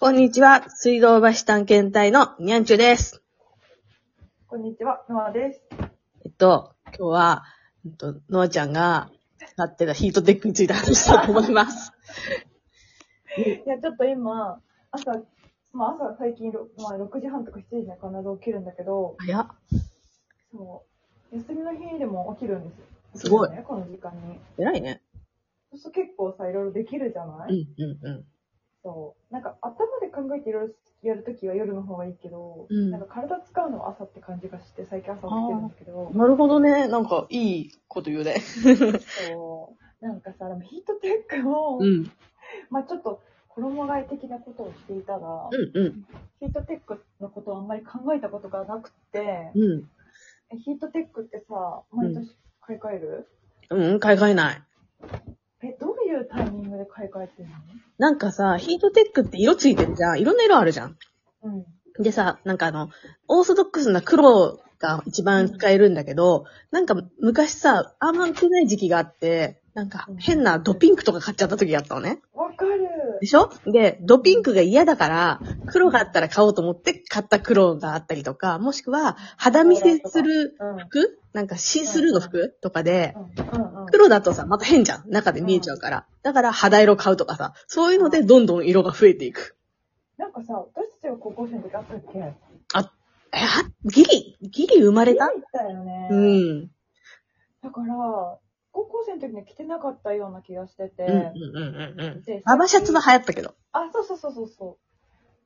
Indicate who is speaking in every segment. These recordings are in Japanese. Speaker 1: こんにちは、水道橋探検隊のにゃんちゅです。
Speaker 2: こんにちは、ノアです。
Speaker 1: えっと、今日は、うんと、のあちゃんが使ってたヒートテックについて話したいと思い ます。
Speaker 2: いや、ちょっと今、朝、まあ朝最近ろ、まあ6時半とか7時には必ず起きるんだけど、
Speaker 1: 早っ。
Speaker 2: そう、休みの日でも起きるんですよ。
Speaker 1: すごい
Speaker 2: 起きるよね、この時間に。
Speaker 1: 偉いね。
Speaker 2: そうすると結構さ、いろいろできるじゃな
Speaker 1: う
Speaker 2: い、
Speaker 1: ん、うん、う
Speaker 2: そう。なんか頭で考えていろいろやるときは夜の方がいいけど、
Speaker 1: うん
Speaker 2: なんか体使うのは朝って感じがして、最近朝起きてるんですけど
Speaker 1: ん。、なるほどね。なんか、いいこと言うね。
Speaker 2: そう、なんかさ、でもヒートテックを、
Speaker 1: うん。
Speaker 2: まあちょっと衣替え的なことをしていたら、
Speaker 1: うん、うん。
Speaker 2: ヒートテックのことをあんまり考えたことがなくて、
Speaker 1: うん。
Speaker 2: えヒートテックってさ、毎年買い替える、
Speaker 1: うん、買い替えない。
Speaker 2: え、どういうタイミングで買い替えてるの
Speaker 1: なんかさ、ヒートテックって色ついてるじゃん。いろんな色あるじゃん。
Speaker 2: うん。
Speaker 1: でさ、なんかあの、オーソドックスな黒が一番使えるんだけど、なんか昔さ、あんま売ってない時期があって、なんか変なドピンクとか買っちゃった時があったのね。
Speaker 2: わかる
Speaker 1: でしょで、ドピンクが嫌だから、黒があったら買おうと思って買った黒があったりとか、もしくは肌見せする
Speaker 2: うん。うん。
Speaker 1: 服なんかシースルーの服とかで、
Speaker 2: うん。うん。
Speaker 1: 黒だとさ、また変じゃん。中で見えちゃうから。だから肌色買うとかさ、そういうのでどんどん色が増えていく。
Speaker 2: なんかさ、私たちが高校生の時あったっけあ
Speaker 1: え、あギリ、ギリ生まれた
Speaker 2: ったよね。
Speaker 1: う。ん。
Speaker 2: だから、高校生の時には着てなかったような気がしてて、
Speaker 1: うんうんうんうんうん
Speaker 2: で
Speaker 1: ババシャツは流行ったけど。
Speaker 2: あ、そうそうそうそうそ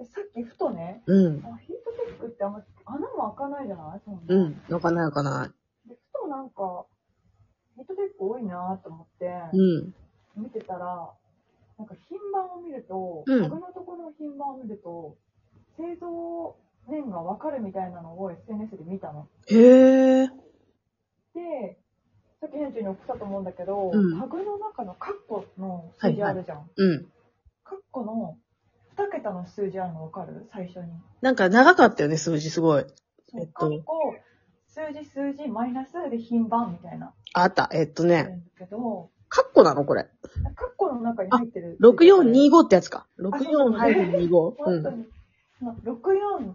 Speaker 2: う。でさっきふとね、
Speaker 1: うん。
Speaker 2: あヒートテックってあんま穴も開かないじゃないそんな。
Speaker 1: うん。のかないのかな
Speaker 2: で、ふとなんか、ヒートテック多いなと思って、
Speaker 1: うん。
Speaker 2: 見てたら、なんか品番を見ると、
Speaker 1: うん
Speaker 2: タグのところの品番を見ると、製造年がわかるみたいなのを SNS で見たの。
Speaker 1: へえ。
Speaker 2: で、さっき編集に送ったと思うんだけど、
Speaker 1: うん
Speaker 2: タグの中のカッコの数字あるじゃん。
Speaker 1: うん。
Speaker 2: カッコの2桁の数字あるのわかる最初に。
Speaker 1: なんか長かったよね、数字すごい。
Speaker 2: そう
Speaker 1: えっと
Speaker 2: カッコ、数字数字マイナスで品番みたいな。
Speaker 1: あった。えっと
Speaker 2: ある
Speaker 1: ね。
Speaker 2: んだけど、
Speaker 1: カッコなのこれ。
Speaker 2: カッコの中に入ってる。
Speaker 1: 6425ってやつか。64-25。う
Speaker 2: 本当
Speaker 1: ん。
Speaker 2: に、その64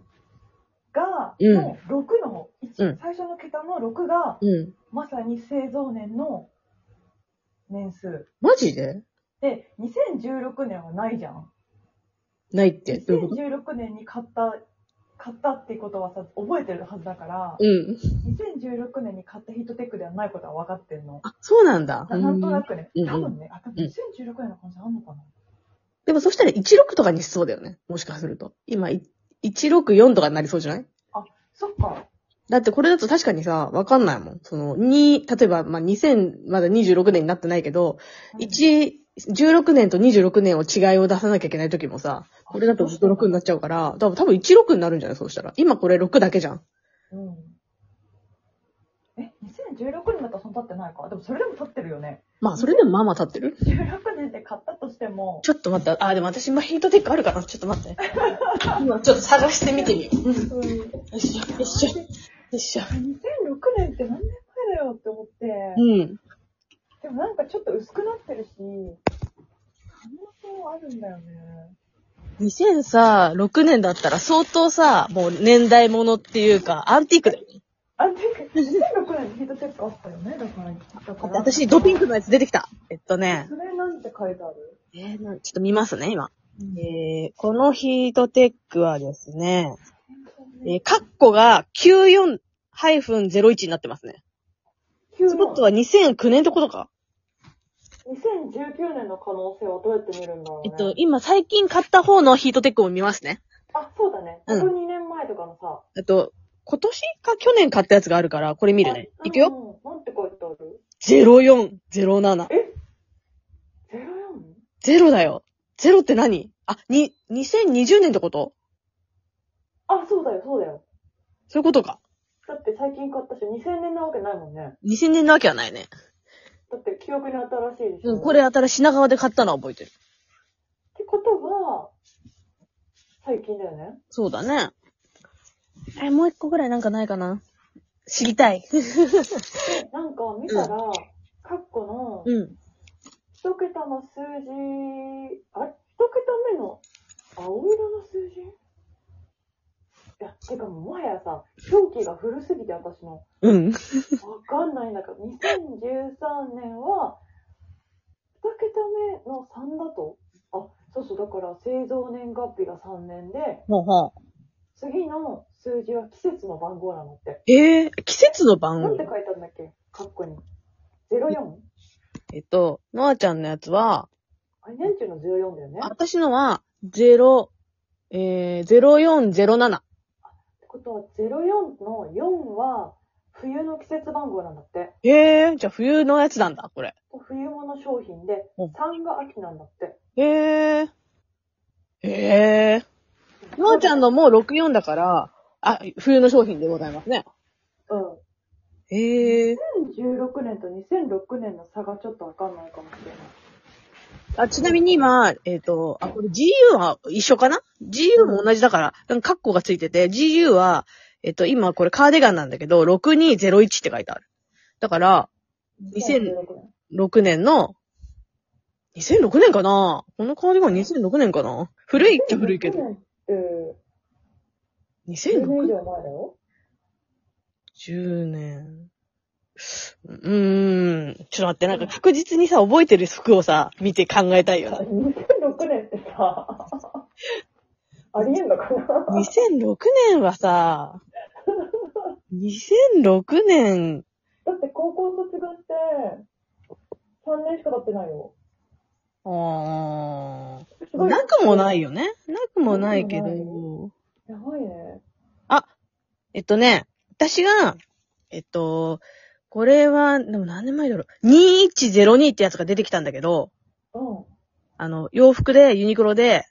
Speaker 2: が、
Speaker 1: うん
Speaker 2: の6の、一
Speaker 1: うん
Speaker 2: 最初の桁の6が、
Speaker 1: うん。
Speaker 2: まさに製造年の年数。
Speaker 1: マジで
Speaker 2: で、2016年はないじゃん。
Speaker 1: ないって。どういうこと
Speaker 2: 2016年に買った、買ったってことはさ、覚えてるはずだから、
Speaker 1: うん。
Speaker 2: 2016年に買ったヒートテックではないことは分かってるの。
Speaker 1: あ、そうなんだ。う
Speaker 2: なんとなんくね、
Speaker 1: うん
Speaker 2: 多分ね、あ、多分
Speaker 1: うん
Speaker 2: 2016年の感じあんのかな。
Speaker 1: でもそしたら16とかにしそうだよね。もしかすると。今、い164とかになりそうじゃない
Speaker 2: そっか。
Speaker 1: だってこれだと確かにさ、わかんないもん。その、に、例えば、まあ、2000、まだ26年になってないけど、
Speaker 2: うん
Speaker 1: 1、16年と26年を違いを出さなきゃいけない時もさ、これだとずっと6になっちゃうから、多分多分16になるんじゃないそうしたら。今これ6だけじゃん。
Speaker 2: うん。え、2016年だったらそんな経ってないかでもそれでも経ってるよね。
Speaker 1: まあ、それでもまあまあ経ってる。
Speaker 2: 16年で買ったとしても、
Speaker 1: ちょっと待って、あ、でも私今ヒートテックあるかな。ちょっと待って。今ちょっと探してみてみよう。うんよ
Speaker 2: うん、2006
Speaker 1: いしょ、よいしょ、よいしょ。
Speaker 2: 年って何年前だよって思って、
Speaker 1: うん。
Speaker 2: でもなんかちょっと薄くなってるし、可能性あるんだよね。
Speaker 1: 2006年だったら相当さ、もう年代物っていうか、アンティークだよね。
Speaker 2: あ、てか、2006年にヒートテックあったよね、だから。だ
Speaker 1: 待
Speaker 2: か
Speaker 1: っ
Speaker 2: ら
Speaker 1: て私、ドピンクのやつ出てきた。えっとね。
Speaker 2: それなんて書いてある
Speaker 1: えー、なんちょっと見ますね、今。えー、このヒートテックはですね、えー、カッコが94-01になってますね。
Speaker 2: 9
Speaker 1: スポットは2009年ってことか。
Speaker 2: 2019年の可能性はどうやって見るんだろう
Speaker 1: え
Speaker 2: ね。
Speaker 1: っと、今最近買った方のヒートテックを見ますね。
Speaker 2: あ、そうだね。こ
Speaker 1: うん
Speaker 2: こ2年前とかのさ、
Speaker 1: えっと、今年か去年買ったやつがあるから、これ見るね。いくよ。
Speaker 2: よ。なんて書いてある
Speaker 1: ?0407。
Speaker 2: ゼロ四？
Speaker 1: ゼロだよ。ゼロって何あ、に、2020年ってこと
Speaker 2: あ、そうだよ、そうだよ。
Speaker 1: そういうことか。
Speaker 2: だって最近買ったし、2000年なわけないもんね。
Speaker 1: 2000年なわけはないね。
Speaker 2: だって記憶に新しいでしょ。
Speaker 1: うん、これ。新しい品川で買ったのは覚えてる。
Speaker 2: ってことは、最近だよね。
Speaker 1: そうだね。え、もう一個ぐらいなんかないかな知りたい。
Speaker 2: なんか見たら、カッコの、
Speaker 1: うん。
Speaker 2: 一桁の数字、あれ一桁目の青色のてかもうもはやさ、表記が古すぎて私の。
Speaker 1: うん。
Speaker 2: わかんないんだけど、2013年は、2桁目の3だとあ、そうそう、だから製造年月日が3年で、
Speaker 1: ほうほ
Speaker 2: 次の数字は季節の番号なのって。
Speaker 1: う。えー、季節の番
Speaker 2: なん
Speaker 1: 号
Speaker 2: て書いたんだっけカッコに。04?
Speaker 1: えっと、ノアちゃんのやつは、
Speaker 2: あれ、年中の14だよね。っ
Speaker 1: 私のは、0、えー、0407。
Speaker 2: てことは、04の4は、冬の季節番号なんだって。
Speaker 1: えー、じゃあ冬のやつなんだ、これ。
Speaker 2: 冬物商品で、
Speaker 1: うん
Speaker 2: 3が秋なんだって。
Speaker 1: えー。えー。ノアちゃんのもう64だから、あ、冬の商品でございますね。
Speaker 2: うん。
Speaker 1: えー。
Speaker 2: 2016年と2006年の差がちょっとわかんないかもしれない。
Speaker 1: あ、ちなみに今、えっ、と、あ、これ GU は一緒かな ?GU も同じだから、なんかカッコがついてて、GU は、えっ、と、今これカーディガンなんだけど、6201って書いてある。だから、2006
Speaker 2: 2016年。
Speaker 1: 6年の、2006年かなこのカーディガン2006年かな古いっちゃ古いけど。。
Speaker 2: え10年以
Speaker 1: 2006?
Speaker 2: 上前だよ。
Speaker 1: 10年。うーん。ちょっと待って、なんか確実にさ、覚えてる服をさ、見て考えたいよな。
Speaker 2: 2006年ってさ、 ありえんのかな
Speaker 1: 2006年はさ、2006年、
Speaker 2: だって高校卒業して、3年しか経ってないよ。
Speaker 1: あ
Speaker 2: す
Speaker 1: ーなくもない
Speaker 2: よ。
Speaker 1: よね。なくもないけ
Speaker 2: なく
Speaker 1: ど。
Speaker 2: やばいね。
Speaker 1: えっとね、私が、えっと、これは、でも何年前だろう。2102ってやつが出てきたんだけど、
Speaker 2: うん。
Speaker 1: あの、洋服で、ユニクロで、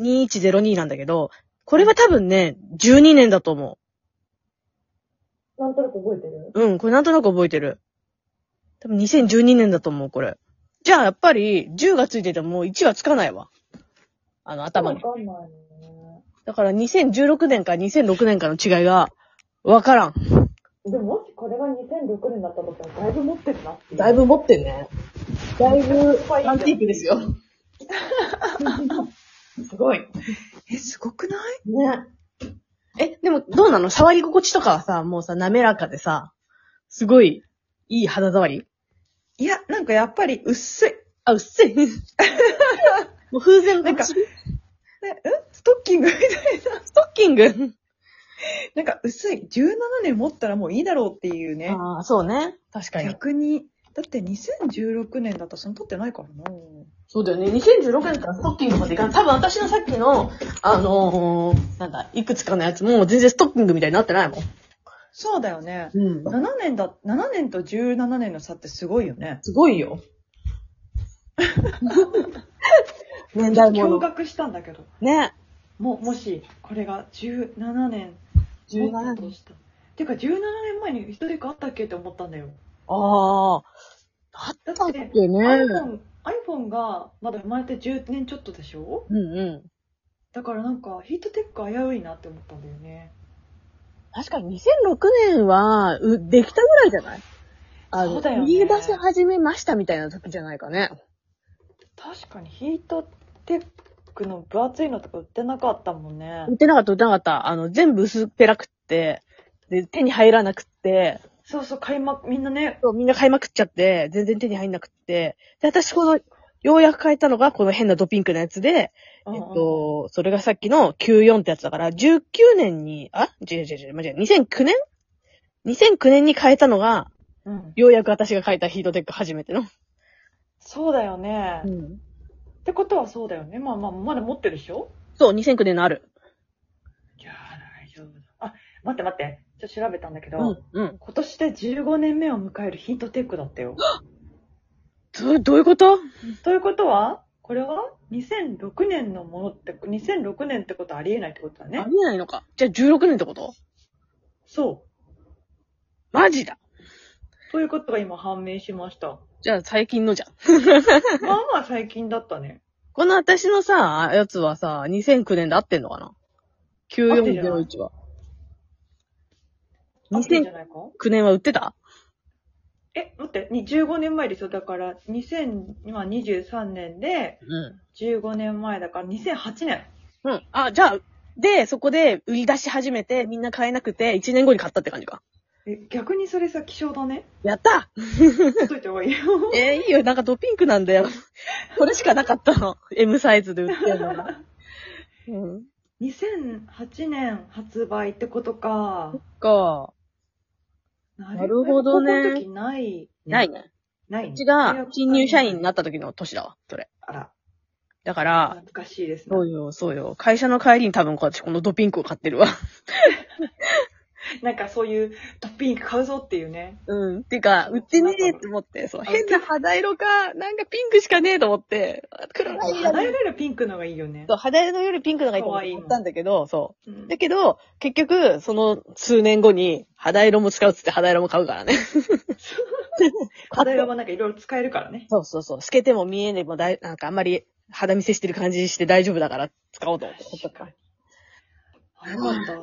Speaker 1: 2102なんだけど、これは多分ね、12年だと思
Speaker 2: なんとなく覚えてる
Speaker 1: う。うん、これなんとなく覚えてる。多分2012年だと思う、これ。じゃあ、やっぱり、10がついてても1はつかないわ。あの、頭
Speaker 2: わ
Speaker 1: に。
Speaker 2: かんないね。
Speaker 1: だから、2016年か2006年かの違いが、わからん。
Speaker 2: でももしこれが2006年だったとしたら、だいぶ持ってるなっていう。
Speaker 1: だいぶ持ってるね。だいぶ、アンティークですよ。すごい。
Speaker 2: え、すごくない
Speaker 1: ね。え、でも、どうなの触り心地とかはさ、もうさ、滑らかでさ、すごい、いい肌触り
Speaker 3: いや、なんかやっぱり薄い。
Speaker 1: あ、うっせえ。 もう風前
Speaker 3: な
Speaker 1: なんん
Speaker 3: か
Speaker 1: か、
Speaker 3: ス
Speaker 1: ス
Speaker 3: トッキングみたいな。
Speaker 1: トッキング。
Speaker 3: なんか薄い。17年持ったらもういいだろうっていうね。
Speaker 1: ああ、そうね。確かに。
Speaker 3: 逆に。だって2016年だったらその取ってないからな。
Speaker 1: そうだよね。2016年からストッキングまでいかん。多分私のさっきの、あのー、なんだ、いくつかのやつも全然ストッキングみたいになってないもん。
Speaker 3: そうだよね。
Speaker 1: うん
Speaker 3: 7年だ、7年と17年の差ってすごいよね。
Speaker 1: すごいよ。 年代
Speaker 3: 驚
Speaker 1: もの。
Speaker 3: 愕したんだけど。
Speaker 1: ね。
Speaker 3: も、もし、これが17年持ったとしたら。てか17年前に一人かあったっけって思ったんだよ。
Speaker 1: ああ。あっ
Speaker 3: だ
Speaker 1: た
Speaker 3: っ、
Speaker 1: ってけね。
Speaker 3: iPhone、iPhone がまだ生まれて10年ちょっとでしょ
Speaker 1: うんうん。
Speaker 3: だからなんかヒートテック危ういなって思ったんだよね。
Speaker 1: 確かに2006年は、う、できたぐらいじゃないあ
Speaker 3: そ
Speaker 1: の、
Speaker 3: うだよね
Speaker 1: 言い出し始めましたみたいな時じゃないかね。
Speaker 3: 確かにヒートテックの分厚いのとか売ってなかったもんね
Speaker 1: 売。ってなかった、売ってなかった。あの、全部薄っぺらくって、で、手に入らなくって、
Speaker 3: そうそう、買いま、みんなね、
Speaker 1: そうみんな買いまくっちゃって、全然手に入んなくって。で、私この、ようやく買えたのが、この変なドピンクのやつで、えっ
Speaker 3: うんうん
Speaker 1: と、それがさっきの94ってやつだから、19年に、あ違う違う違う、間違え2009年 ?2009 年に変えたのが、
Speaker 3: うん、
Speaker 1: ようやく私が変えたヒートテック初めての。
Speaker 3: そうだよね、っ
Speaker 1: ん。
Speaker 3: てことはそうだよね。まあまあ、まだ持ってるでしょ
Speaker 1: そう、2009年のある。
Speaker 3: いやー、大丈夫だ。あ、待って待って。ちょっと調べたんだけど、
Speaker 1: うん、うん。
Speaker 3: 今年で15年目を迎えるヒートテックだったよ。
Speaker 1: ど、どういうこと
Speaker 3: ということは、これは2006年のものって、2006年ってことはありえないってことだ
Speaker 1: あ
Speaker 3: ね。
Speaker 1: りえないのか。じゃあ16年ってこと
Speaker 3: そう。
Speaker 1: マジだ。
Speaker 3: ということが今判明しま した。
Speaker 1: じゃあ最近のじゃん。
Speaker 3: まあまあ最近だったね。
Speaker 1: この私のさ、やつはさ、2009年で合ってんのかな
Speaker 3: 合ってんじゃない
Speaker 1: ?9401 は。
Speaker 3: あってんじ
Speaker 1: 2009
Speaker 3: ゃないか
Speaker 1: 年は売ってた
Speaker 3: え、待って、に15年前でしょだから、2023年で、
Speaker 1: うん。
Speaker 3: 15年前だから、2008年。
Speaker 1: うん。あ、じゃあ、で、そこで売り出し始めて、みんな買えなくて、1年後に買ったって感じか。
Speaker 2: え、逆にそれさ、希少だね。
Speaker 1: や った
Speaker 2: しといた方がいいよ。
Speaker 1: えーいいよ。なんかドピンクなんだよ。 これしかなかったの。M サイズで売ってるの が。うん。
Speaker 2: 2008年発売ってことか。
Speaker 1: か。
Speaker 2: な
Speaker 1: なるほどね
Speaker 2: 高校の時ない。
Speaker 1: ない。ね。
Speaker 2: ない、
Speaker 1: う
Speaker 2: ね。
Speaker 1: ちが新入社員になった時の年だわ。それ。
Speaker 2: あら、
Speaker 1: だから、
Speaker 2: 懐かしいですね
Speaker 1: そ。うよ、そうよ。会社の帰りに多分私このドピンクを買ってるわ。
Speaker 2: なんかそういうトッピング買うぞっていうね。
Speaker 1: うん。てか、売ってねえと思って、そう、変な肌色か、なんかピンクしかねえと思って、黒がいいや
Speaker 2: 肌色よりピンクの方がいいよね。
Speaker 1: そう肌色よりピンクのがいいと思って買ったんだけど、そう。
Speaker 2: うん
Speaker 1: だけど、結局、その数年後に、肌色も使うっつって肌色も買うから ね。
Speaker 2: 肌色はなんかいろいろ使えるからね。
Speaker 1: そうそうそう。透けても見えねえもだい、なんかあんまり肌見せしてる感じして大丈夫だから使おうと思って買ったから。
Speaker 2: よかった。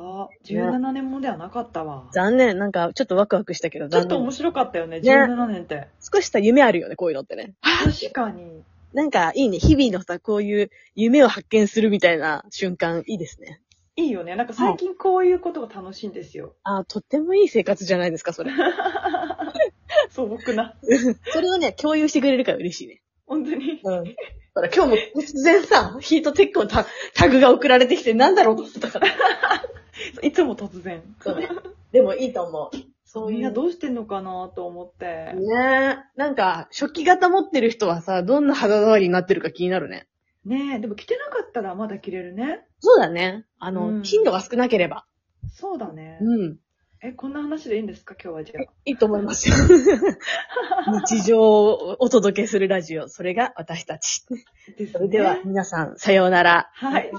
Speaker 2: 17年もではなかったわ。ち
Speaker 1: 残念。なんか、ちょっとワクワクしたけど、
Speaker 2: ょ
Speaker 1: 残
Speaker 2: っと面
Speaker 1: 念。
Speaker 2: 白かったよね、
Speaker 1: ね
Speaker 2: 17年って。
Speaker 1: 少しした夢あるよね、こういうのって ね。
Speaker 2: 確かに。
Speaker 1: なんか、いいね。日々のさ、こういう夢を発見するみたいな瞬間、いいですね。
Speaker 2: いいよね。なんか最近こういうことが楽しいんですよ。
Speaker 1: あーとってもいい生活じゃないです か、それ。
Speaker 2: 素朴な。
Speaker 1: それをね、共有してくれるから嬉しいね。
Speaker 2: 本当に。
Speaker 1: うん。ほら、今日も突然さ、ヒートテックのタタグが送られてきて、なんだろうと思ったから。
Speaker 2: いつも突然。
Speaker 1: そうね。でもいいと思う。そう
Speaker 2: みん
Speaker 1: いう。
Speaker 2: な
Speaker 1: ね
Speaker 2: どうしてんのかなと思って。
Speaker 1: え。なんか、初期型持ってる人はさ、どんな肌触りになってるか気になるね。
Speaker 2: ねえ、でも着てなかったらまだ着れるね。
Speaker 1: そうだね。あの、
Speaker 2: うん
Speaker 1: 頻度が少なければ。
Speaker 2: そうだね。
Speaker 1: うん。
Speaker 2: え、こんな話でいいんですか今日はじゃあ。
Speaker 1: いいと思いますよ。 日常をお届けするラジオ。それが私たち。
Speaker 2: ですね
Speaker 1: それでは、皆さん、さようなら。
Speaker 2: はい。